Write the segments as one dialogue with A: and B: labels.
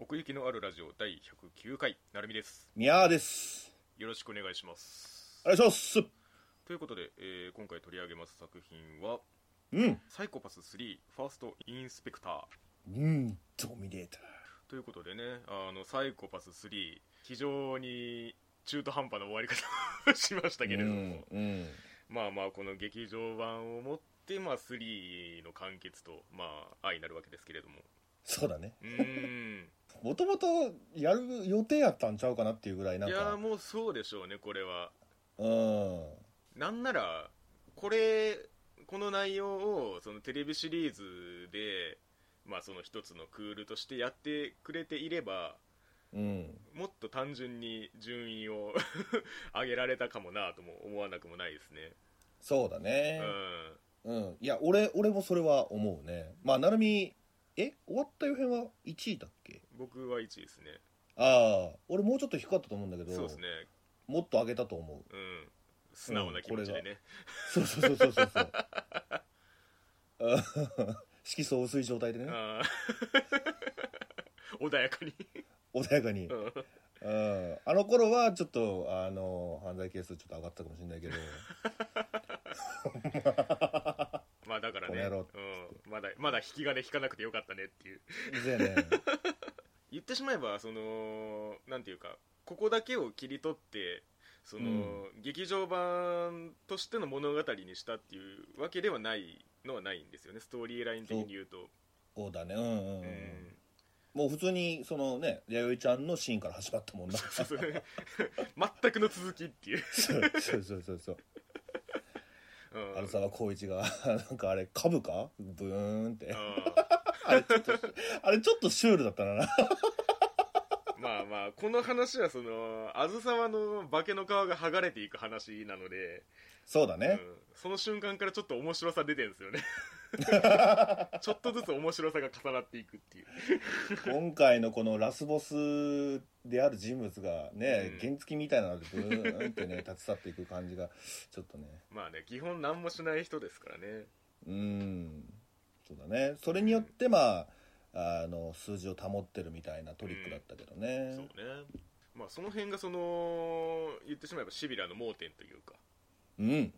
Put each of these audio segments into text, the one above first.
A: 奥行きのあるラジオ第109回なるみです
B: ミヤーです。
A: よろしくお願いします
B: お願いします。
A: ということで、えー今回取り上げます作品は
B: うん。
A: 「サイコパス3ファーストインスペクター
B: うん、ドミネーター。」
A: ということでねあのサイコパス3非常に中途半端な終わり方をしましたけれども、
B: うん。
A: まあまあこの劇場版をもって、まあ、3の完結と、まあ、愛になるわけですけれども
B: そうだね。
A: うーん
B: もともとやる予定やったんちゃうかなっていうぐらいなん
A: い
B: か。
A: やもうそうでしょうねこれは
B: うん。
A: なんならこれこの内容をそのテレビシリーズでまあその一つのクールとしてやってくれていれば
B: うん。
A: もっと単純に順位を 上げられたかもなとも思わなくもないですね
B: そうだね
A: う。
B: うん。いや、俺、俺もそれは思うね。まあ、なるみ、え終わった予選は1位だっけ
A: ん僕は1位ですね
B: ああ、俺もうちょっと低かったと思うんだけど、
A: そうですね
B: もっと上げたと思う。
A: うん素直な気持ちでね、
B: そうそうそうそ うそう。うん 色素薄い状態でね、
A: あー 穏やかに
B: 穏やかに
A: う。ん
B: うんあの頃はちょっとあの犯罪係数ちょっと上がったかもしれないけど
A: まあだから
B: この
A: ね、
B: 野
A: う
B: 郎
A: ん、まだまだ引き金引かなくてよかったねっていう
B: そうやね
A: 言ってしまえばそのなんていうかここだけを切り取ってその、劇場版としての物語にしたっていうわけではないのはないんですよねストーリーライン的に言うと
B: そうだねうんうん、う
A: う
B: ん
A: ん、
B: もう普通にそのね弥生ちゃんのシーンから始まったもんな
A: そうそう全くの続きっていう、
B: そうそうそうそうそう
A: うん、
B: 荒沢光一が なんかあれ株かブーンって
A: う
B: あれちょっとあれちょっとシュールだったな
A: んまあまあこの話はそのあずさわの化けの皮が剥がれていく話なので、
B: そうだ
A: うん
B: ね、、
A: その瞬間からちょっと面白さ出てるんですよ ねちょっとずつ面白さが重なっていくっていう
B: 今回のこのラスボスである人物がね、
A: うん
B: 原付みたいなのでブーンってね立ち去っていく感じがちょっとね
A: まあね基本何もしない人ですからね
B: うんそうだねそれによってまああの数字を保ってるみたいなトリックだったけどね、
A: そうねまあその辺がその言ってしまえばシビラの盲点というか
B: うん、
A: うん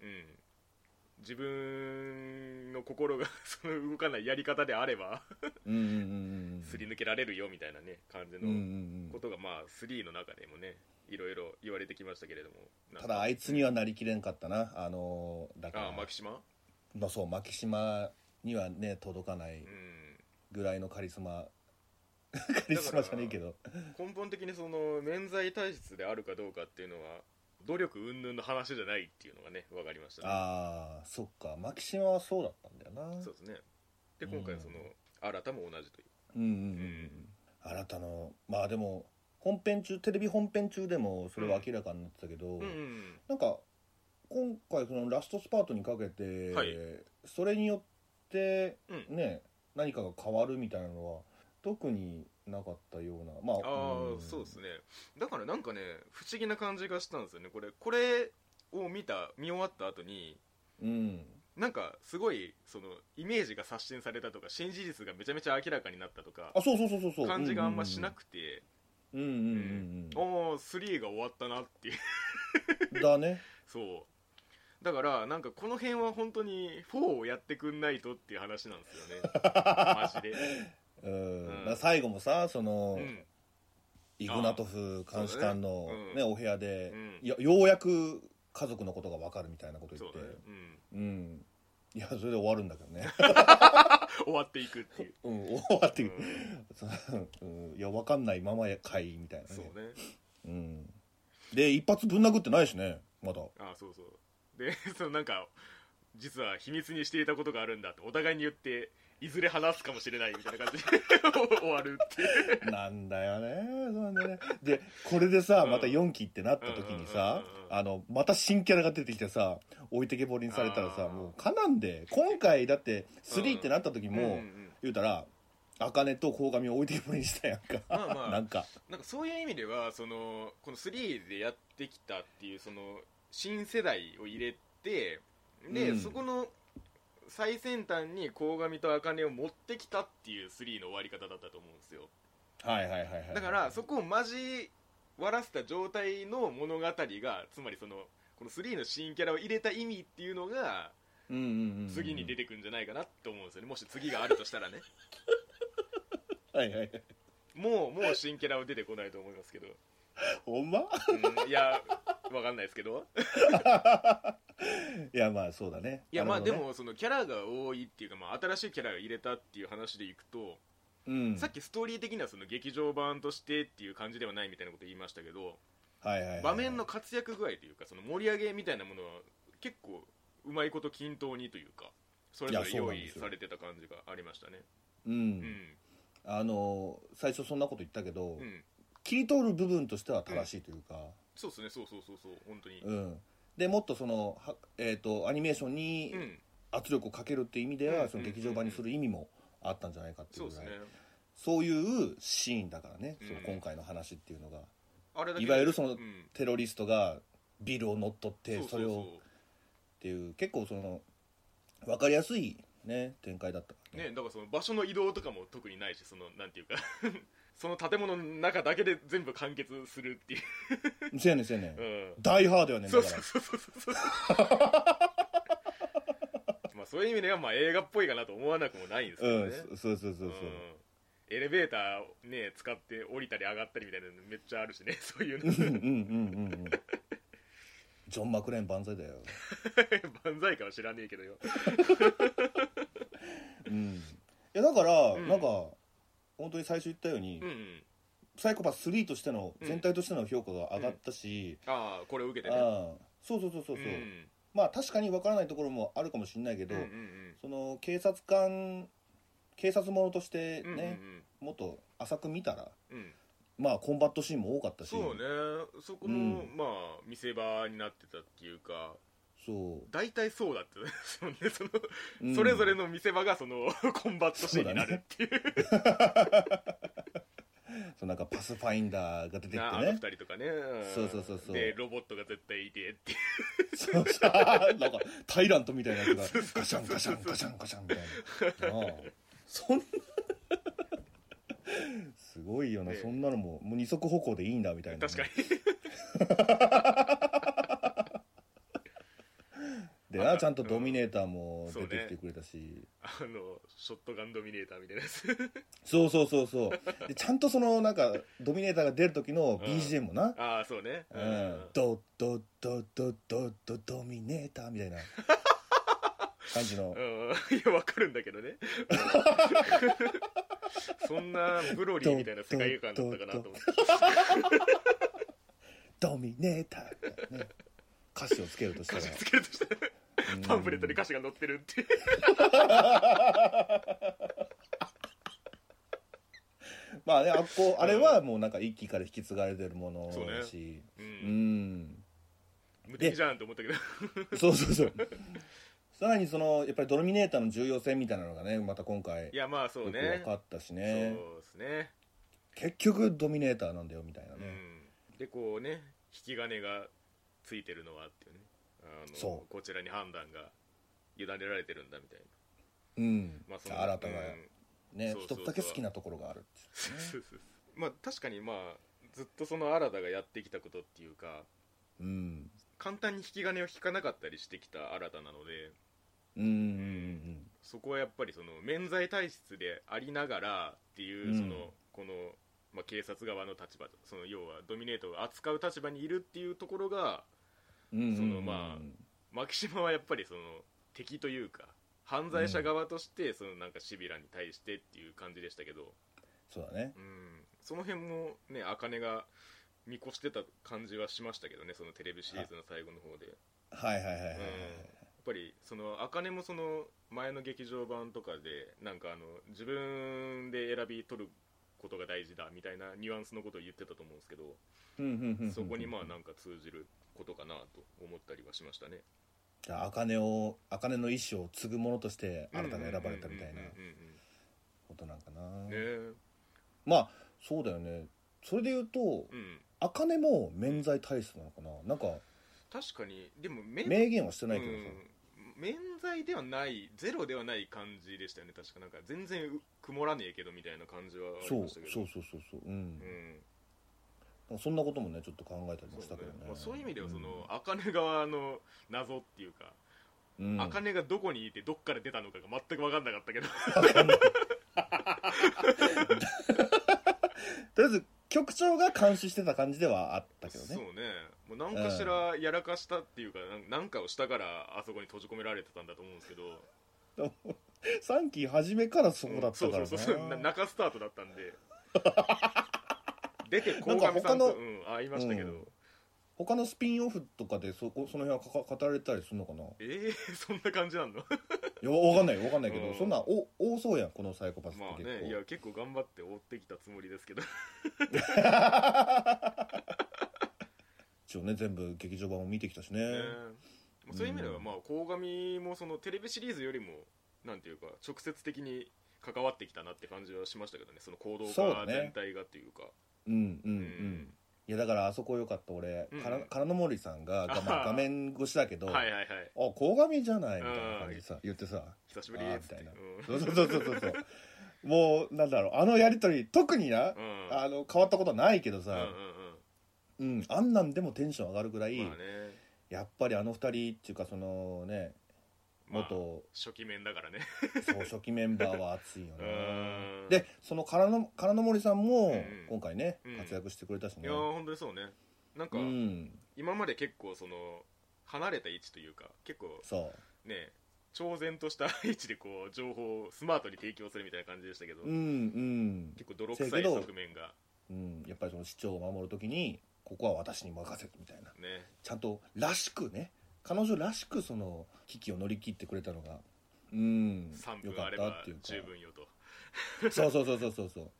A: 自分の心が その動かないやり方であれば
B: うんうんうん
A: すり抜けられるよみたいなね感じ
B: うんうんう
A: の
B: んう
A: こ
B: ん
A: とがまあ3の中でもねいろいろ言われてきましたけれどもなん
B: た
A: か
B: だあいつにはなりきれんかったなあのだから
A: ああ牧島
B: まあそう牧島にはね届かな
A: う
B: い
A: ん
B: ぐらいのカリスマ カリスマじゃねえけど
A: 根本的にその免罪体質であるかどうかっていうのは努力云々の話じゃないっていうのがね分かりましたね
B: ああそっか牧島はそうだったんだよな
A: そうですねで今回その、
B: うん
A: 新たも同じという
B: うんうんうんうん新たのまあでも本編中テレビ本編中でもそれは明らかになってたけど、
A: うんうん
B: なんか今回そのラストスパートにかけて、
A: はい
B: それによって
A: うん
B: ね何かが変わるみたいなのは特になかったようなまあ
A: ああそうですねだからなんかね不思議な感じがしたんですよねこれこれを見た見終わった後に
B: うん
A: なんかすごいそのイメージが刷新されたとか新事実がめちゃめちゃ明らかになったとか
B: あそうそうそうそうそう
A: 感じがあんましなくて
B: うんうんうん
A: お
B: うん
A: おー3が終わったなっていう
B: うんだね
A: そうだからなんかこの辺は本当に4をやってくんないとっていう話なんです よねマジで
B: うん、
A: うん
B: まあ最後もさその、
A: うん
B: イグナトフ監視官
A: そ
B: の
A: うだねうん
B: ねお部屋で
A: う、ん
B: いやようやく家族のことが分かるみたいなこと言
A: そう
B: って
A: だねうん
B: うんいやそれで終わるんだけ どね、
A: 終わっていくっていう
B: うん、終わって
A: う
B: い
A: ん
B: くそ うん、いや分かんないままやかいみたいなね
A: そうね
B: うん、で一発ぶん殴ってないしねまだ
A: あそうそうで そのなんか実は秘密にしていたことがあるんだってお互いに言っていずれ話すかもしれないみたいな感じで 終わるっていう
B: なんだよねそうなんだよねでこれでさ
A: うん
B: また4期ってなった時にさ
A: うんうんうんうん
B: あのまた新キャラが出てきてさ置いてけぼりにされたら
A: あ
B: さ
A: ー
B: もうかなんで今回だって
A: うん
B: 3ってなった時も、
A: んん
B: 言うたら茜と鴻上を置いてけぼりにしたやんか、
A: まあまあ
B: なんか
A: なんかそういう意味ではそのこの3でやってきたっていうその新世代を入れてで、
B: うん
A: そこの最先端に鴻上と茜を持ってきたっていう3の終わり方だったと思うんですよ
B: はいはいはいはい
A: だからそこを交わらせた状態の物語がつまりそのこの3の新キャラを入れた意味っていうのが
B: うんうんうんうん
A: 次に出てくるんじゃないかなって思うんですよねもし次があるとしたら ね
B: はいはいはい
A: もうもう新キャラは出てこないと思いますけど、
B: ほんまい
A: うんいやわかんないですけど
B: やまあそうだね
A: いやまあ
B: なるほ
A: で
B: どね
A: もそのキャラが多いっていうか、まあ、新しいキャラが入れたっていう話でいくと、
B: うん
A: さっきストーリー的にはその劇場版としてっていう感じではないみたいなこと言いましたけど
B: はいはいはいはい
A: 場面の活躍具合というかその盛り上げみたいなものは結構うまいこと均等にというかそれぞれ
B: いや
A: 用
B: そうなんで
A: 意
B: すよ
A: されてた感じがありましたね
B: うん、
A: うん
B: あの最初そんなこと言ったけど、
A: うん
B: 切り取る部分としては正しいというか、
A: そうですねそうそうそうそう本当に
B: うんでもっとそのは、えー、とアニメーションに
A: うん
B: 圧力をかけるっていう意味では、
A: うん
B: その劇場版にする意味もあったんじゃないかってい
A: そう
B: う
A: で
B: ぐ
A: す
B: らい
A: ね
B: そういうシーンだからね、
A: うん
B: その今回の話っていうのが
A: あれだけ
B: いわゆるその
A: うん
B: テロリストがビルを乗っ取って
A: そう
B: そ
A: そう
B: れ
A: そ
B: をっていう結構その分かりやすいね展開だったか
A: う
B: ら
A: ねだからその場所の移動とかも特にないしそのなんていうか その建物の中だけで全部完結するっていう
B: せやねんせやねん、
A: うん
B: ダイハードやねんだ
A: そう
B: か
A: そう
B: ら
A: そうそうそう まあそういう意味ではまあ映画っぽいかなと思わなくもないんですけどね、
B: うんそうそうそうそう、
A: うんエレベーターね使って降りたり上がったりみたいなのめっちゃあるしね そういう
B: う
A: の
B: んうんうんうんうんジョン・マクレーン万歳だよ、
A: 万歳かは知らねえけどよ
B: うん、いやだから、
A: うん
B: なんか本当に最初言ったように、
A: うんうん
B: サイコパス3としての
A: うん
B: 全体としての評価が上がったし、
A: ああこれを受け
B: あ
A: てね
B: あそうそうそうそうう、
A: ん
B: う
A: うん
B: まあ確かに分からないところもあるかもしれないけど、
A: うんうん
B: その警察官警察ものとして
A: うんうん
B: ね、もっと浅く見たら
A: うんうん
B: まあコンバットシーンも多かったし
A: そうねそこも、
B: うん
A: まあ見せ場になってたっていうか
B: そ
A: 大体そうだって そうねその
B: う、うん
A: それぞれの見せ場がその コンバットシーンになるっていう
B: そうなんかパスファインダーが出てきて
A: なあの二
B: ね
A: 人とかね
B: そうそうそうそうん
A: でロボットが絶対いてっていう
B: そうそうなんかタイラントみたいなやつがガシャンガシャンガシャンガシャンみたいななあそんなすごいよな、
A: ね
B: そんなのももう二足歩行でいいんだみたいなね、
A: 確かに
B: でなちゃんとドミネーターも
A: そう
B: 出
A: ね
B: てきてくれたし
A: あのショットガンドミネーターみたいなやつ
B: そう,、そうそうそうでちゃんとそのなんかドミネーターが出る時の BGM もな、
A: ああそうね
B: うんドドドドドドドミネーターみたいな感じの
A: うん いやわかるんだけどねそん なグロリーみたいな世界観だったかなと思って
B: ドミネーターみたいなね歌詞をつけるとした
A: 歌
B: ら
A: 詞つけるとしたら
B: うん
A: パンフレットに歌詞が載ってるっていう
B: まあねあっこあれはもうなんか一期から引き継がれてるもの
A: そうね
B: だし
A: う
B: うんん
A: 無敵じゃんと思ったけど
B: そうそうそうさらにそのやっぱりドミネーターの重要性みたいなのがねまた今回
A: いやまあそう
B: よく
A: ね
B: 分
A: そ
B: か
A: う
B: ったし
A: で
B: ね
A: すね
B: 結局ドミネーターなんだよみたいな
A: う
B: ね
A: んでこうね引き金がついてるのはっていうねあの
B: そう
A: こちらに判断が委ねられてるんだみたいな
B: うん
A: まあその
B: 新たな
A: うん
B: ね
A: そうそうそ
B: 一
A: う
B: つだけ好きなところがあるっていう
A: そうそうそうまあ確かにまあずっとその新たがやってきたことっていうか
B: うん
A: 簡単に引き金を引かなかったりしてきた新たなので
B: うんうん
A: そこはやっぱりその免罪体質でありながらっていううんその、この、まあ、警察側の立場その要はドミネートを扱う立場にいるっていうところが
B: うんうんうん
A: そのまマキシマはやっぱりその敵というか犯罪者側としてそのなんかシビラに対してっていう感じでしたけど、
B: そうだね
A: うん、その辺もね茜が見越してた感じはしましたけどねそのテレビシリーズの最後の方でやっ
B: はいはいはいはいはい
A: ぱりその茜もその前の劇場版とかでなんかあの自分で選び取ることが大事だみたいなニュアンスのことを言ってたと思うんですけど
B: うんうんうんうん
A: そこにまあなんか通じることかなと思ったりはしましたね
B: じゃあ茜を茜の意思を継ぐものとして新たが選ばれた
A: うんう
B: みたいな
A: んうんうん
B: ことなんかな、
A: うんうんね
B: まあそうだよねそれで言うと
A: えうん
B: 茜も免罪体質なのかななんか
A: 確かにでも名
B: 明言はしてないけどさ、
A: うん免罪ではないゼロではない感じでしたよね確かなんか全然う曇らねえけどみたいな感じはあり
B: そう
A: まし
B: そ
A: た
B: う
A: けど
B: そうそうそううん
A: う、ん
B: そんなこともねちょっと考えたりも
A: そ
B: した
A: う
B: け
A: ね
B: どね
A: まあ、そういう意味ではその、茜側の謎っていうか、
B: うんうん
A: 茜がどこにいてどっから出たのかが全く分かんなかったけ ど
B: とりあえず局長が監視してた感じではあったけど
A: そう
B: ね
A: ねもう何かしらやらかしたっていうかなん何かをしたからあそこに閉じ込められてたんだと思うんですけど、
B: 3期初めからそこだ
A: うん
B: った
A: そう
B: か
A: そ
B: ら
A: うそう な
B: ね
A: 中スタートだったんで 出て鴻
B: なん
A: 上さ
B: か他
A: ん
B: の
A: と、うん、会いましたけど、
B: うん他のスピンオフとかでそこその辺はかか語られたりするのかない
A: えー、そんな感じ なの
B: やわかんないわかんないけど、
A: うん
B: そんなんお多そうやんこのサイコパスって
A: まあ
B: 結構、
A: ねいや結構頑張って追ってきたつもりですけど
B: 一応ね全部劇場版を見てきたしね
A: ねまあそういう意味では、まあ、鴻上もそのテレビシリーズよりもなんていうか直接的に関わってきたなって感じはしましたけどねその行動
B: そうだ
A: 家
B: ね
A: 全体がっていうか
B: うんうんう
A: うん
B: いやだからあそこ良かった俺、
A: うん
B: からからの森さん が画
A: あは
B: 画面越しだけど、
A: はいはいはい
B: あ鴻上じゃないみたいな感じでさ言ってさ
A: 久しぶり
B: あー
A: っ
B: み
A: つって
B: たいな
A: うん
B: そうそうそうそうそうもうなんだろうあのやり取り特に
A: う
B: な、
A: ん
B: あの変わったことはないけど
A: うんうん
B: さ、うんあんなんでもテンション上がるぐらい、
A: うんまあね
B: やっぱりあの二人っていうかそのね
A: まあ
B: 元、
A: 初期面だからね
B: そう初期メンバーは熱いよね
A: うん
B: でそのからのからの森さん
A: ん
B: も
A: うん
B: 今回ね、
A: うん
B: 活躍してくれたし
A: い
B: ね
A: やー本当にそうねなんか、
B: うん
A: 今まで結構その離れた位置というか結構
B: そ
A: ね超然とした位置でこう情報をスマートに提供するみたいな感じでしたけど、
B: ううん
A: 結構泥臭
B: せやけ
A: い
B: ど
A: 側面が
B: うんうんやっぱりその市長を守るときにここは私に任せるみたいな
A: ね
B: ちゃんとらしくね彼女らしくその危機を乗り切ってくれたのがうん
A: 3
B: よ
A: 分
B: か
A: あ
B: っ
A: れ
B: た
A: ば
B: っていうか
A: 十分よと
B: そうそうそうそうそうそう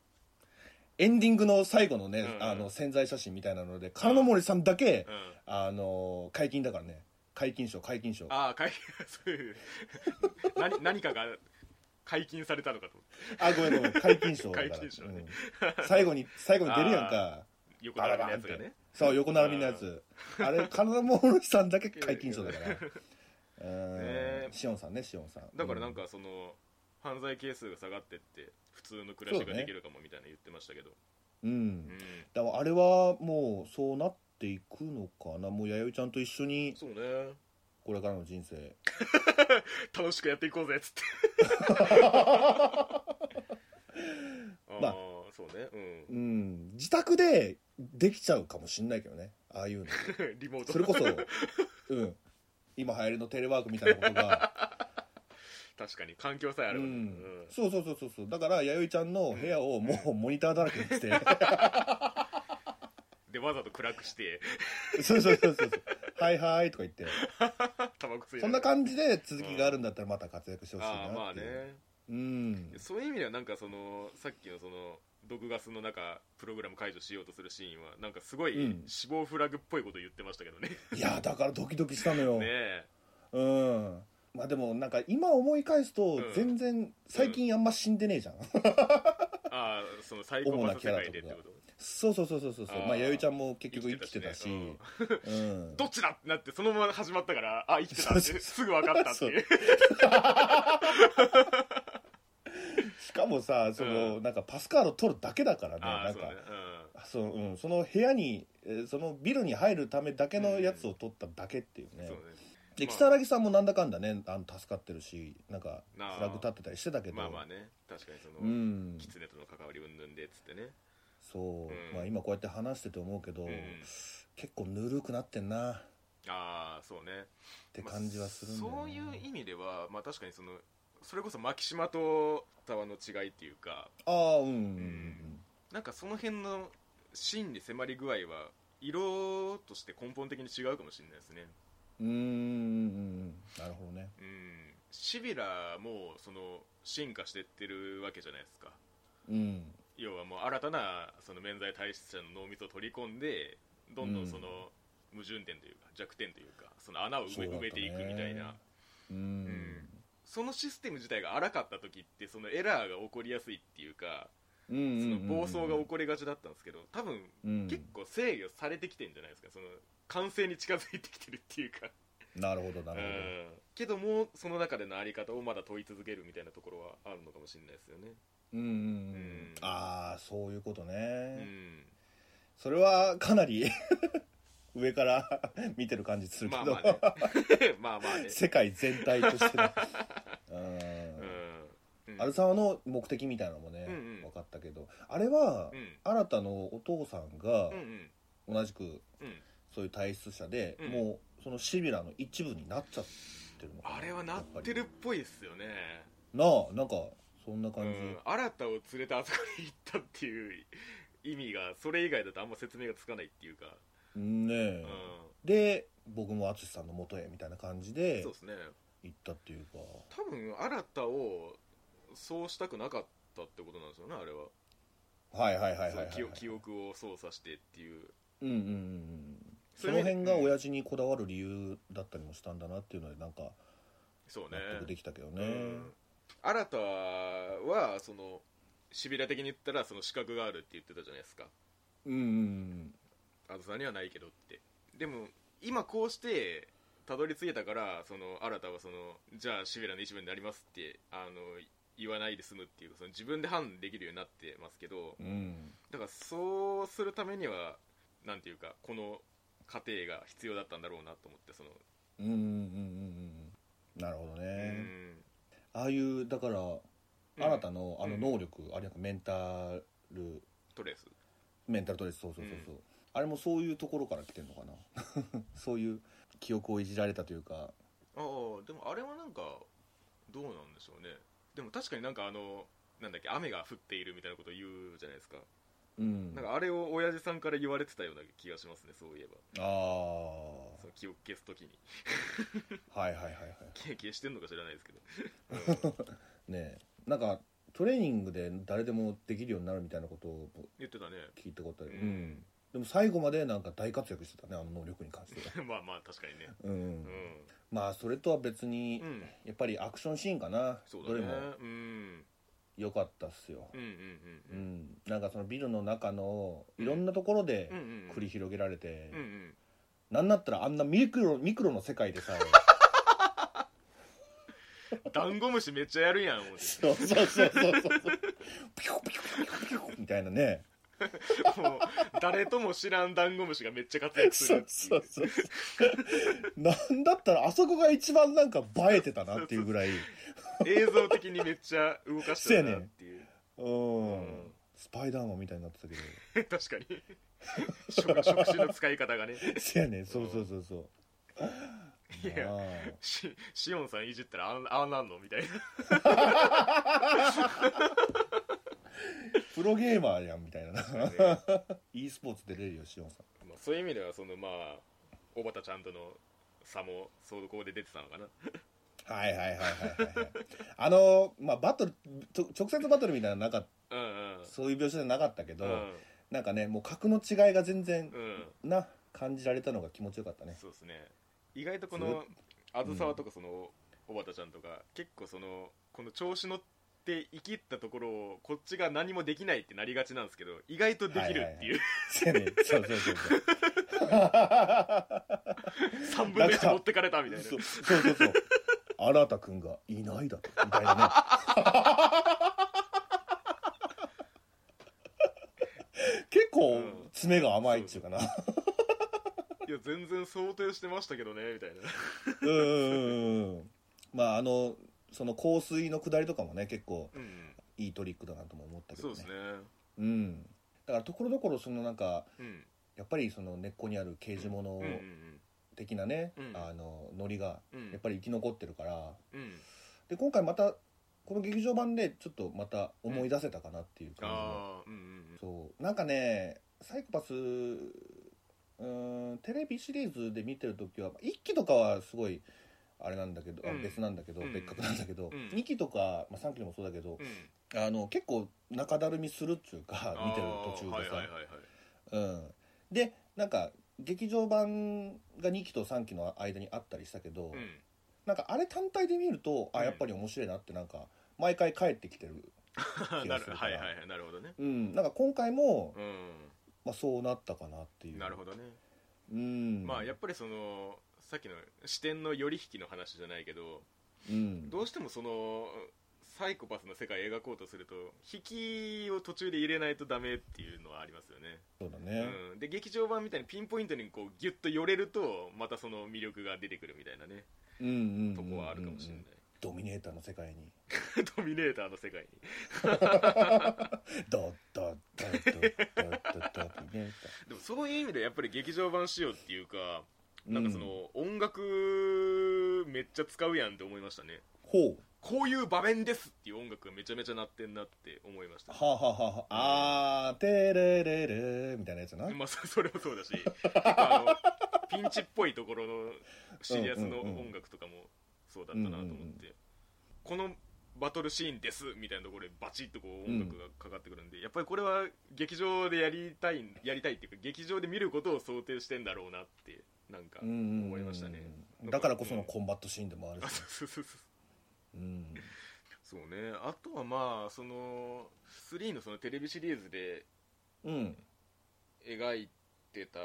B: エンディングの最後のね、
A: うん
B: あの潜在写真みたいなので金森さんだけ、
A: うん
B: あの解禁だからね解禁賞解禁賞あ
A: ああ解そういう 何何かが解禁されたのかと思って
B: ごめんごめん解禁賞だから
A: 解禁賞ね
B: うん最後に最後に出るやんか
A: 横並びのやつがね
B: そう横並びのやつあれ金森さんだけ解禁賞 だからうん、
A: え
B: シオンさんねシオンさん
A: だからなんかその犯罪係数が下がってって普通の暮らし
B: そう
A: が
B: ね
A: できるかもみたいな言ってましたけど
B: うん、う
A: うんん
B: だからあれはもうそうなっていくのかなもう弥生ちゃんと一緒に
A: そうね
B: これからの人生
A: 楽しくやっていこうぜっつって ああ、
B: まあ
A: そうねう
B: うん自宅でできちゃうかもしんないけどねああいうの
A: ん リモート
B: それこそうん今流行りのテレワークみたいなことが、
A: 確かに環境さ えあ
B: う
A: ればね、うん
B: ん、そうそうそうそうそうだから弥生ちゃんの部屋をもうモニターだらけにし て
A: でわざと暗くして
B: そうそうそうそうはいはいとか言って
A: タバコ吸い
B: そんな感じで続きがあるんだったらまた活躍してほしい
A: ああま
B: な
A: あ
B: っていう、
A: ね
B: うん
A: そういう意味ではなんかそのさっきのその毒ガスの中プログラム解除しようとするシーンはなんかすご
B: う
A: い
B: ん
A: 死亡フラグっぽいこと言ってましたけどね
B: いやだからドキドキしたの よ、
A: ねえ
B: うんまあでもなんか今思い返すと
A: うん
B: 全然最近あんま死んでねえじゃん、
A: ああそのサイコパス世界でってこと
B: そうそうそうそうそう
A: あー
B: まあ弥生ちゃんも結局生きてたし
A: ね
B: うん
A: どっちだってなってそのまま始まったからあ生きてたって
B: そうそう
A: すぐ分かったっていう
B: しかもさその、
A: う
B: なんかパスカード取るだけだからね
A: あ
B: な
A: あ
B: ん
A: そうね
B: かそのうん、その部屋にえーそのビルに入るためだけのやつを取っただけっていう
A: うん
B: ね、
A: そうね
B: で
A: まあ
B: 如月さんもなんだかんだねあの助かってるしなんかフ
A: なあ
B: ラグ立ってたりしてたけど
A: まあまあね確かにその、
B: うん
A: キツネとの関わり云々でっつってね
B: そう、
A: うん
B: まあ今こうやって話してて思うけど、
A: うん
B: 結構ぬるくなってんなっ
A: ああそうね
B: て感じはするんだよね
A: まあそういう意味ではまあ確かにそのそれこそ牧島と沢の違いっていうか
B: ああうんうん
A: なんかその辺の心理迫り具合は色として根本的に違うかもしれないですね
B: うんうんうんうんなるほどね
A: うんシビラもその進化してってるわけじゃないですか
B: うん
A: 要はもう新たなその免罪体質者の脳みそを取り込んでどんどんその矛盾点というか弱点というかその穴を埋め埋めていくみたいな
B: うん、
A: そのシステム自体が荒かった時ってそのエラーが起こりやすいっていうか
B: うんうん
A: そ
B: うん
A: の暴走
B: うん
A: が起こりがちだったんですけど多分
B: うん
A: 結構制御されてきてんじゃないですかその完成に近づいてきてるっていうか
B: なるほどな
A: う
B: るほど、
A: ん、けどもその中でのあり方をまだ問い続けるみたいなところはあるのかもしれないですよね
B: うんうんうん
A: うん
B: ああそういうことね、
A: うん
B: それはかなり 上から 見てる感じするけ
A: まあ
B: ど、
A: まあね まあまあね
B: 世界全体として ね
A: う
B: うん、
A: ん
B: アルサワの目的みたいなのもね、
A: うんうん
B: 分かったけどあれは、
A: うん
B: 新たのお父さんが
A: うんうん
B: 同じく
A: うん
B: そういう体質者で、
A: うん
B: もうそのシビラの一部になっちゃってるのかな
A: あれはなって
B: や
A: るっ
B: ぱ
A: ぽいですよね
B: りなあなんかそんな
A: う
B: 感じ、
A: ん新たを連れてあそこに行ったっていう意味がそれ以外だとあんま説明がつかないっていうか
B: ねえ、
A: うん
B: で僕も淳さんの元へみたいな感じで
A: そうですね
B: 行ったっていうか
A: 多分新たをそうしたくなかったってことなんですよねあれは
B: はいはいはいはいはい、
A: その記記憶を操作してっていう
B: うんうんうんうん
A: そ
B: そ
A: れ
B: の辺が親父にこだわる理由だったりもしたんだなっていうのでなんか
A: そうね
B: 納得できたけど
A: う
B: ね
A: ん新たはそのシビラ的に言ったらその資格があるって言ってたじゃないですか
B: うんうん
A: あずさんにはないけどってでも今こうしてたどり着いたからその新たはそのじゃあシビラの一部になりますってあの言わないで済むっていうかその自分で判断できるようになってますけど
B: うんうん
A: だからそうするためにはなんていうかこの過程が必要だったんだろうなと思ってその、
B: うんうんうんうんうんなるほどね、ああいうだから
A: うん
B: 新たのあの
A: うん
B: 能力、あれなんかメンタル
A: トレース
B: メンタルトレスそうそうそうそう、あれもそういうところから来てんのかなそういう記憶をいじられたというか
A: ああでもあれはなんかどうなんでしょうねでも確かになんかあのなんだっけ雨が降っているみたいなことを言うじゃないですか
B: うん
A: なんかあれを親父さんから言われてたような気がしますねそういえば
B: ああ
A: その気を消すときに
B: はいはいはいはい
A: 消してんのか知らないですけど
B: ねえなんかトレーニングで誰でもできるようになるみたいなことを
A: 言ってたね
B: 聞いたことある、
A: うん
B: でも最後までなんか大活躍してたねあの能力に関しては、
A: まあまあ確かにね
B: うん
A: う
B: まあそれとは別に、
A: ん、うん、
B: やっぱりアクションシーンかな、
A: そうだ
B: ど
A: ね
B: れも
A: うん
B: 良かったっすよ
A: うんうんう
B: う
A: んうん
B: ん、なんかそのビルの中のいろんなところで
A: うんうん
B: 繰り広げられて、
A: うんうん
B: なんだったらあんなミクロミクロの世界でさ
A: ダンゴムシめっちゃやるやん思って
B: そうそうそうそうそうピュピュピュピュみたいなね
A: もう誰とも知らんダンゴムシがめっちゃ活躍す
B: そ
A: る
B: う
A: っていう
B: そうそうなんだったらあそこが一番なんか映えてたなっていうぐらい
A: 映像的にめっちゃ動かしてるなっていう
B: うん、
A: うん
B: スパイダーマンみたいになってたけ ど
A: 確かに触触手の使い方がね
B: せやねんそうそうそうそう
A: いや
B: なあ
A: しシオンさんいじったらあんああなんのみたいな
B: プロゲーマーやんみたいな
A: ま
B: e スポーツ出れるよしおんさん
A: あそういう意味ではそのまあ小畑ちゃんとの差もそこで出てたのかな
B: はいはいはいはいはいはいあのまあバトルと直接バトルみたいなのなかっ
A: うんうん
B: そういう描写じゃなかったけど、
A: うん
B: なんかねもう格の違いが全然
A: うん
B: な感じられたのが気持ちよか ったね
A: そうですね意外とこのあずさわとかその小畑ちゃんとか結構そのこの調子乗って生きったところをこっちが何もできないってなりがちなんですけど意外とできる っていう
B: せやねんそうそうそう そう
A: 3分の1持ってかれたみたいな
B: そうそうそうそう新田君がいないだとみた いなね結構
A: うん
B: 爪が甘いっていうかな
A: いや全然想定してましたけどねみたいな
B: うんうんうんうんまああのその香水の下りとかもね結構
A: うん
B: いいトリックだなとも思ったけ
A: そ
B: ど
A: う
B: ね
A: ですね
B: うんだからところどころそのなんか
A: うん
B: やっぱりその根っこにある刑事物
A: うんうん
B: 的なね、
A: うん
B: あのノリが
A: うん
B: やっぱり生き残ってるから、
A: うん
B: で今回またこの劇場版でちょっとまた思い出せたかなっていう感じの、
A: ああうんうん
B: そうなんかねサイコパスうーんテレビシリーズで見てる時は1期とかはすごいあれなんだけど、あ
A: うん
B: 別なんだけど、
A: うん
B: 別格なんだけど、
A: うん
B: 2期とか、まあ、3期でもそうだけど
A: うんうん
B: あの結構中だるみするっていうか見てる途中で
A: あーはいはいは
B: さ、
A: いはい
B: うん、でなんか劇場版が2期と3期の間にあったりしたけど、
A: うん
B: なんかあれ単体で見ると、
A: うん
B: あやっぱり面白いなってなんか毎回帰ってきてる、気
A: な
B: がす
A: る
B: る
A: は
B: か
A: い
B: ら
A: はいはいなるほどね
B: うん、なんか今回も、
A: う
B: まあ、そうなったかなってい
A: ん
B: う
A: なるほどね
B: うん
A: まあやっぱりそのさっきの視点の寄り引きの話じゃないけど
B: うん
A: どうしてもそのサイコパスの世界を描こうとすると引きを途中で入れないとダメっていうのはありますよね、
B: そうだね、
A: うん、で劇場版みたいにピンポイントにこうギュッと寄れるとまたその魅力が出てくるみたいなね
B: うんうんうんうん
A: とこはあるかもしれない、
B: ドミネーターの世界に
A: ドミネーターの世界に
B: ドドドドドドドミネータ
A: でもそういう意味でやっぱり劇場版仕様っていうか
B: ー
A: なんかその
B: う
A: 音楽めっちゃ使うやんって思いましたね
B: ほう
A: こういう場面ですっていう音楽がめちゃめちゃ鳴ってんなって思いました
B: はあ、はあはあはあ、あーてれれれみたいなやつな、
A: まあ、そそ れもそう だし結構あのピンチっぽいところのシリアスの
B: うんうんうん
A: 音楽とかもそうだったなと思って、
B: うんうんうん
A: このバトルシーンですみたいなところでバチッとこう音楽がかかってくるんで、やっぱりこれは劇場でやりたいやりたいっていうか劇場で見ることを想定してんだろうなってなんか
B: うんうんうん
A: 思いましたね、
B: だからこそのコンバットシーンでもある
A: あ
B: し、
A: そうそうそうそう
B: うん、
A: そうねあとはまあその3のそのテレビシリーズで
B: うん、
A: 描いてた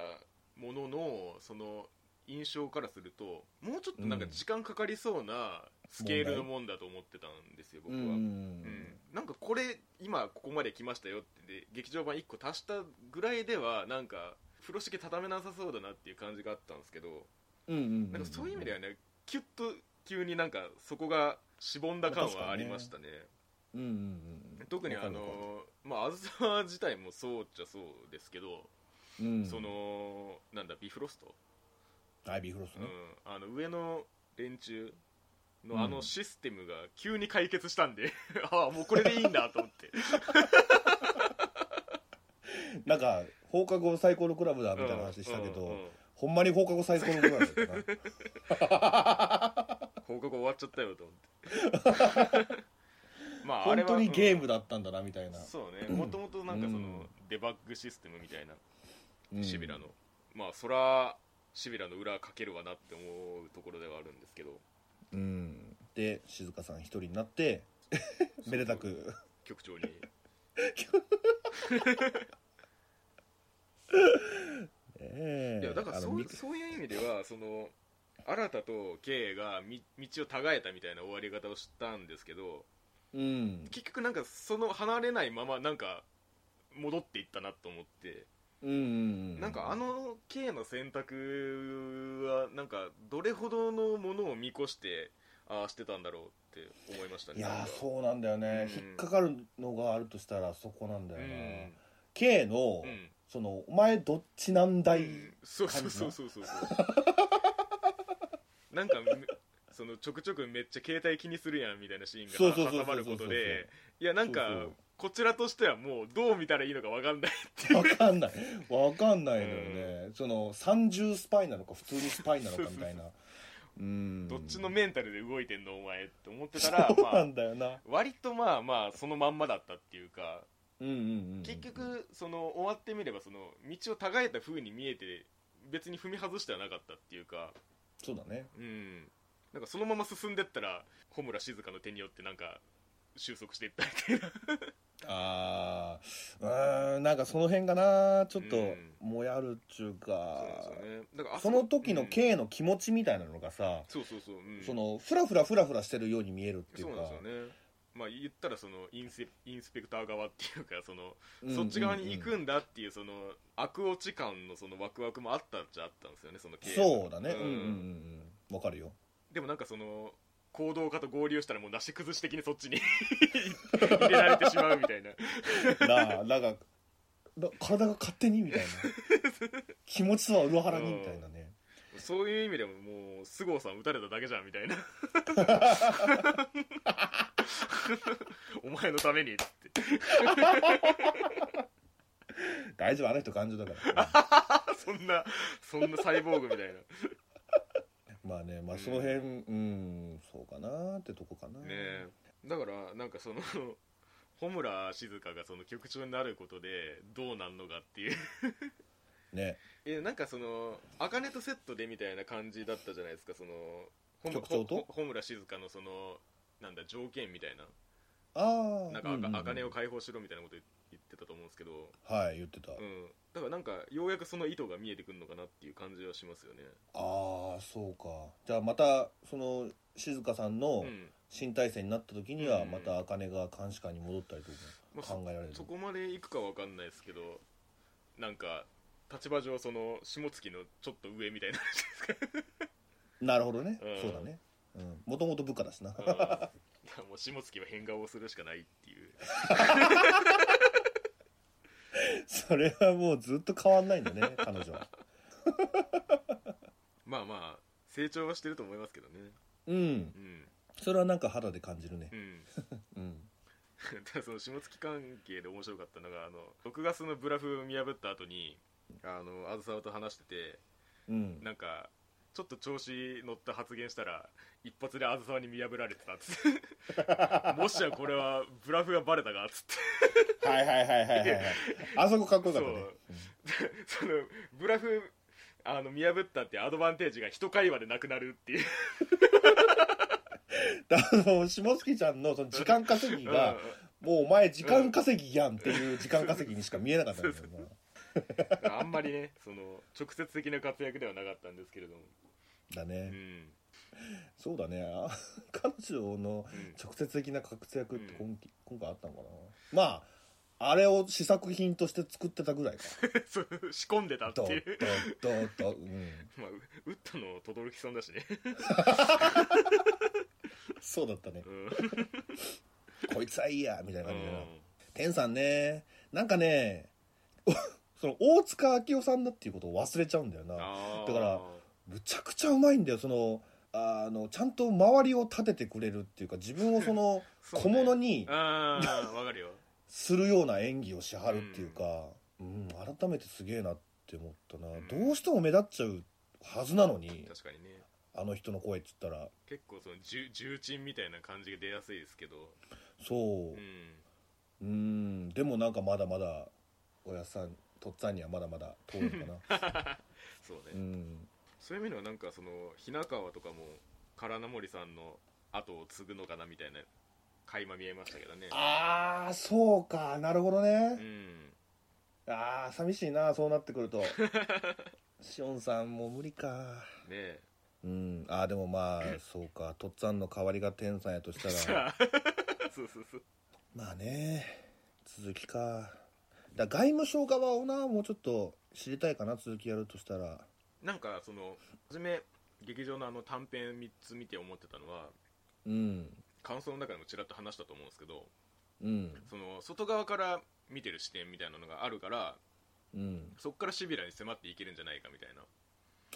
A: もののその印象からするともうちょっとなんか時間かかりそうなスケールのもんだと思ってたんですよ、
B: う
A: 僕は、うん
B: ん、
A: なんかこれ今ここまで来ましたよってで劇場版1個足したぐらいではなんか風呂敷畳めなさそうだなっていう感じがあったんですけど
B: うんうん、
A: なんかそういう意味ではねキュッと急になんかそこがしぼんだ感はありましたね
B: うんうんうん、
A: 特に
B: わか
A: あ
B: るわ
A: の
B: かる
A: まああずさ自体もそうっちゃそうですけど
B: うん、
A: そのなんだビフロスト、
B: アイビーフロス
A: うん
B: ね、
A: あの上の連中
B: うん
A: のあのシステムが急に解決したんで、 ああもうこれでいいんだと思って
B: なんか放課後最高のクラブだみたいな話したけど、
A: うんうんうん
B: ほんまに放課後最高のクラブだったな
A: 放課後終わっちゃったよと思 ってまああれ
B: 本
A: は
B: 当にゲー
A: ム
B: ムだったんだなみたいな、
A: そうねもともとなんかその、
B: うん
A: デバッグシステムみたいな
B: うん
A: シビラの、まあそらシビラの裏かけるわなって思うところではあるんですけど
B: うん、で静香さん一人になってめでたく
A: 局長に
B: え
A: いやだからそ
B: あの
A: う
B: み
A: そういう意味ではその新たと経営がみ道を違えたみたいな終わり方をしたんですけど
B: うん
A: 結局なんかその離れないままなんか戻っていったなと思って、
B: うんうん
A: なんかあの経営の選択はなんかどれほどのものを見越してああしてたんだろうって思いましたね
B: いや
A: なん
B: ー
A: か
B: そうなんだよね、
A: うん
B: 引っかかるのがあるとしたらそこなんだ
A: う
B: よな、
A: ん
B: K の、
A: うん
B: そのお前どっちな んだい、
A: そうそうそうそう そうそうなんかめそのちょくちょくめっちゃ携帯気にするやんみたいなシ
B: そう
A: ー
B: そう
A: ン
B: そうそう
A: が挟まることでいやなんか
B: そうそう
A: こちらとしてはもうどう見たらいいのかわかんないっていう
B: わかんないわかんないのよね、その三重スパイなのか普通にスパイなのかみたいなうん
A: どっちのメンタルで動いてんのお前って思ってたら
B: そうな
A: まあ
B: んだよな、
A: 割とまあまあそのまんまだったっていうか
B: うんうんうんうん
A: 結局その終わってみればその道を違えた風に見えて別に踏み外してはなかったっていうか
B: そうだね
A: うん、なんかそのまま進んでったら穂村静香の手によってなんか収束していったみたいな
B: あーうーんなんかその辺がなちょっと
A: うん
B: もやるっちゅうか、
A: ねだからあ
B: その時
A: う
B: の
A: ん
B: K の気持ちみたいなのがさ、
A: そうそうそう、うん、
B: そのフラフラフラフラしてるように見えるってい
A: そうう
B: か
A: なんですよねまあ言ったらそのインセインスペクター側っていうかその、
B: うんうん
A: そっち側に行
B: うん
A: くんだっていうその悪落ち感のそのワクワクもあったっちゃあったんですよねその経営
B: そうだね
A: う
B: うんんうんうんうんわかるよ
A: でもなんかその行動家と合流したらもうなし崩し的にそっちに 入れられてしまうみたいな
B: なあなんかだ体が勝手 にみたいな気持ちは裏腹にみたいなね
A: そういう意味でももう菅生さん打たれただけじゃんみたいなお前のためにっつって
B: 大丈夫あの人感情だ から
A: そんなそんなサイボーグみたいな
B: まあねまあその辺うんそうかなってとこかな
A: ねえだからなんかその穂村静香がその局長になることでどうなんのかっていう
B: ね
A: えなんかその茜とセットでみたいな感じだったじゃないですかそのほむ
B: 局長と
A: ほ穂村静香のそのなんだ条件みたいな
B: ああ
A: なんかあか、
B: ううう
A: 茜を解放しろみたいなこと言っってたと思うんですけど、
B: はい言ってた、
A: うん、だからなんかようやくその意図が見えてくるのかなっていう感じはしますよね
B: ああそうかじゃあまたその静香さんの
A: うん
B: 新体制になった時には
A: うん
B: また茜が監視官に戻ったりと
A: まあ
B: か考えられる、
A: そこまで行くかわかんないですけどなんか立場上その下月のちょっと上みたいな
B: なるほどね、
A: うん
B: そうだねもともと部下だしな、
A: うんいやもう下月は変顔をするしかないっていう
B: それはもうずっと変わんないんだね彼女は
A: まあまあ成長はしてると思いますけどね
B: うん
A: うん
B: それはなんか肌で感じるね
A: うん
B: うん
A: ただその下月関係で面白かったのがあの6月のブラフを見破った後にあの梓と話してて
B: うん
A: なんかちょっと調子乗った発言したら一発で梓に見破られてたっつって もしやこれはブラフがバレたかっつって
B: はいはいはいはい はいはいあそこかっこよかったね
A: そうそのブラフあの見破ったってアドバンテージが一会話でなくなるっていう
B: うんであの下月ちゃんのその時間稼ぎがもうお前時間稼ぎやんっていう時間稼ぎにしか見えなかったん だよな
A: うんあんまりねその直接的な活躍ではなかったんですけれども、
B: だ
A: うん
B: ねそうだねあ 彼女の
A: うん
B: 直接的な活躍って
A: う
B: 今期、今回あったのかなまああれを試作品として作ってたぐら いか
A: そう仕込んでたって
B: ド
A: い
B: ッ
A: う
B: ドッドッド ッうん
A: まあ、う打ったの轟さんだしね、
B: そうだったね
A: うん
B: こいつはいいやみたいな感じでな
A: うん
B: 天さんねなんかね その大塚明夫さんだっていうことを忘れちゃうんだよな
A: あー
B: だからむちゃくちゃうまいんだよそのあのちゃんと周りを立ててくれるっていうか自分をその
A: そうね
B: 小物に
A: ああわか るよ
B: するような演技をしはるっていうか、うん改めてすげえなって思ったな、
A: うん
B: どうしても目立っちゃうはずなのに
A: 確かにね
B: あの人の声っつったら
A: 結構その重重鎮みたいな感じが出やすいですけど
B: そううんうんでもなんかまだまだおやっさんとっつぁんにはまだまだ遠いのかな
A: そうね、
B: うん
A: そういう意味ではなんかその雛川とかも唐名森さんの後を継ぐのかなみたいな垣間見えましたけどね
B: ああそうかなるほど
A: う
B: ね、
A: ん
B: ああ寂しいなそうなってくるとしおんさんもう無理か
A: ねえ
B: うんああでもまあそうかとっつぁんの代わりが天さんやとしたら
A: さあ そうそうそう
B: まあね続きかだから外務省側をなもうちょっと知りたいかな続きやるとしたら
A: なんかその初め劇場のあの短編3つ見て思ってたのは
B: うん
A: 感想の中でもちらっと話したと思うんですけど
B: うん
A: その外側から見てる視点みたいなのがあるから
B: うん
A: そこからシビラに迫っていけるんじゃないかみたいな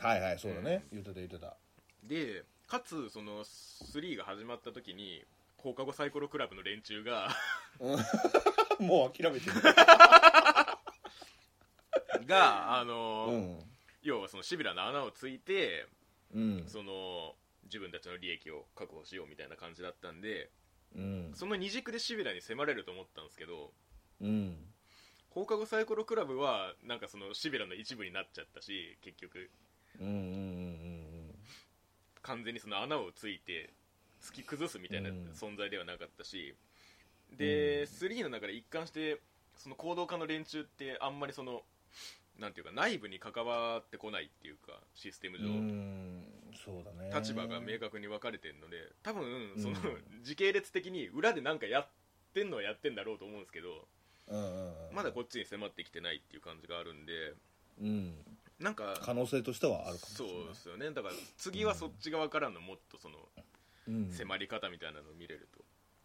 B: はいはいそうだね、
A: う
B: 言ってた言って た
A: でかつその3が始まった時に放課後サイコロクラブの連中 が
B: もう諦めてる
A: があ
B: う
A: の、
B: ん
A: 要はそのシビラの穴をついて
B: うん
A: その自分たちの利益を確保しようみたいな感じだったんで
B: うん
A: その二軸でシビラに迫れると思ったんですけど
B: うん
A: 放課後サイコロクラブはなんかそのシビラの一部になっちゃったし結局
B: うんうんうん
A: 完全にその穴をついて突き崩すみたいな
B: うん
A: 存在ではなかったし、で、
B: うん
A: 3の中で一貫してその行動家の連中ってあんまりそのなんていうか内部に関わってこないっていうかシステム
B: うんう
A: 上、
B: んそうだね
A: 立場が明確に分かれてるので多分その、
B: う
A: 時系列的に裏でなんかやってんのはやってんだろうと思うんですけど
B: うんうんうん
A: まだこっちに迫ってきてないっていう感じがあるんで
B: うん
A: なんか
B: 可能性としてはあるかもし
A: そ
B: れ
A: う
B: ない
A: ですよねだから次はそっち側からのもっとその
B: うん
A: 迫り方みたいなのを見れる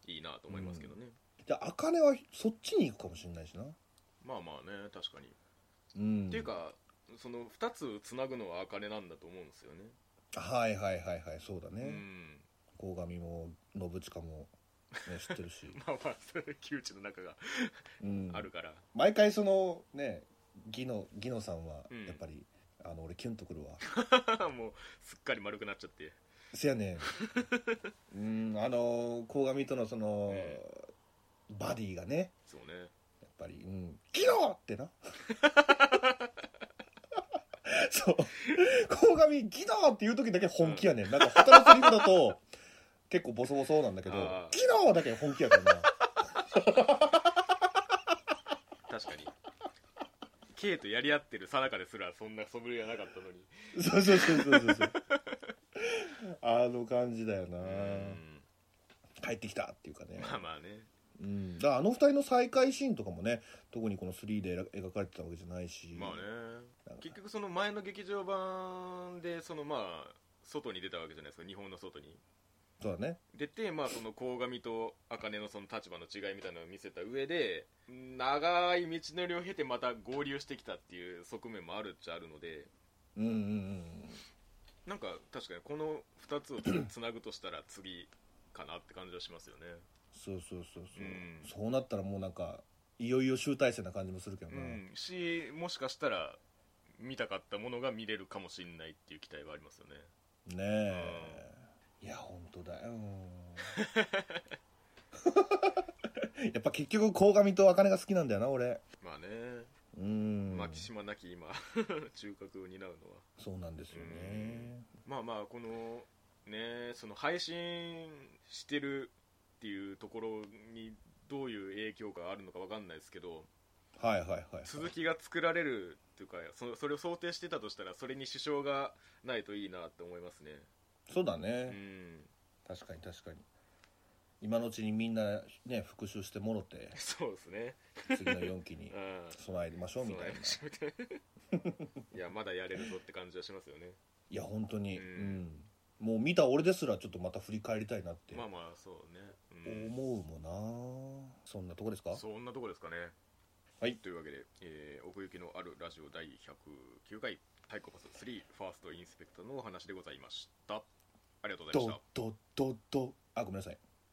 A: といいなと思いますけどね、
B: じゃあ茜はそっちに行くかもしれないしな
A: まあまあね確かに、
B: うん
A: っていうかその2つつなぐのは茜なんだと思うんですよね
B: はいはいはいはいそうだね、
A: うん
B: 鴻上も信近も、ね、知って るし、
A: まあまあそれ窮地の中が
B: うん
A: あるから、
B: 毎回そのねギノギノさんは
A: うん
B: やっぱり、あの俺キュンとくるわ
A: もうすっかり丸くなっちゃって
B: せやね んうんあの鴻上とのその、
A: え
B: バディがね
A: そうね
B: やっぱり「うん、ギノ!」っ てなそう鴻上ギノって言う時だけ本気 やねん、なんか他のセリフだと結構ボソボソなんだけど
A: あー
B: ギノだけ本気やからな
A: K とやり合ってるさなかですらそんな素振りがなかったのに
B: そうそうそうそうそうそうあの感じだよな
A: うん
B: 帰ってきたっていうかね、
A: まあまあね
B: うん、だからあの二人の再会シーンとかもね特にこの3で描かれてたわけじゃないし
A: まあね
B: なんか
A: 結局その前の劇場版でそのまあ外に出たわけじゃないですか日本の外に
B: そうだね
A: 出てまあその鴻上と茜のその立場の違いみたいなのを見せた上で長い道のりを経てまた合流してきたっていう側面もあるっちゃあるので
B: うんうんうん
A: なんか確かにこの2つをつつなぐとしたら次かなって感じはしますよね
B: そうそうそうそう、
A: うん
B: そうなったらもうなんかいよいよ集大成な感じもするけど
A: う
B: な、
A: んしもしかしたら見たかったものが見れるかもしれないっていう期待はありますよね
B: ねえ、いや本当だよ やっぱ結局鴻上と茜が好きなんだよな俺
A: まあね
B: うん
A: 牧島なき今 中核を担うのは
B: そうなんですよね
A: まあまあこのねその配信してるっていうところにどういう影響があるのかわかんないですけど
B: はいはいはい
A: 続きが作られるっていうかそそれを想定してたとしたらそれに支障がないといいなって思いますね
B: そうだ
A: う
B: ね、
A: ん
B: 確かに確かに今のうちにみんなね復習してもろて
A: そうですね
B: 次の4期に
A: うん
B: 備えましょうみたいな
A: そうなんですみたいな いやまだやれるぞって感じはしますよね
B: いや本当に、
A: う
B: うんんもう見た俺ですらちょっとまた振り返りたいなって
A: まあまあそうね、うん、
B: 思うもんな、そんなとこですか
A: そんなとこですかね
B: はい
A: というわけで、えー奥行きのあるラジオ第109回「サイコパス3ファーストインスペクター」のお話でございましたありがとうございまし
B: ド
A: た
B: ドドドあごめんなさい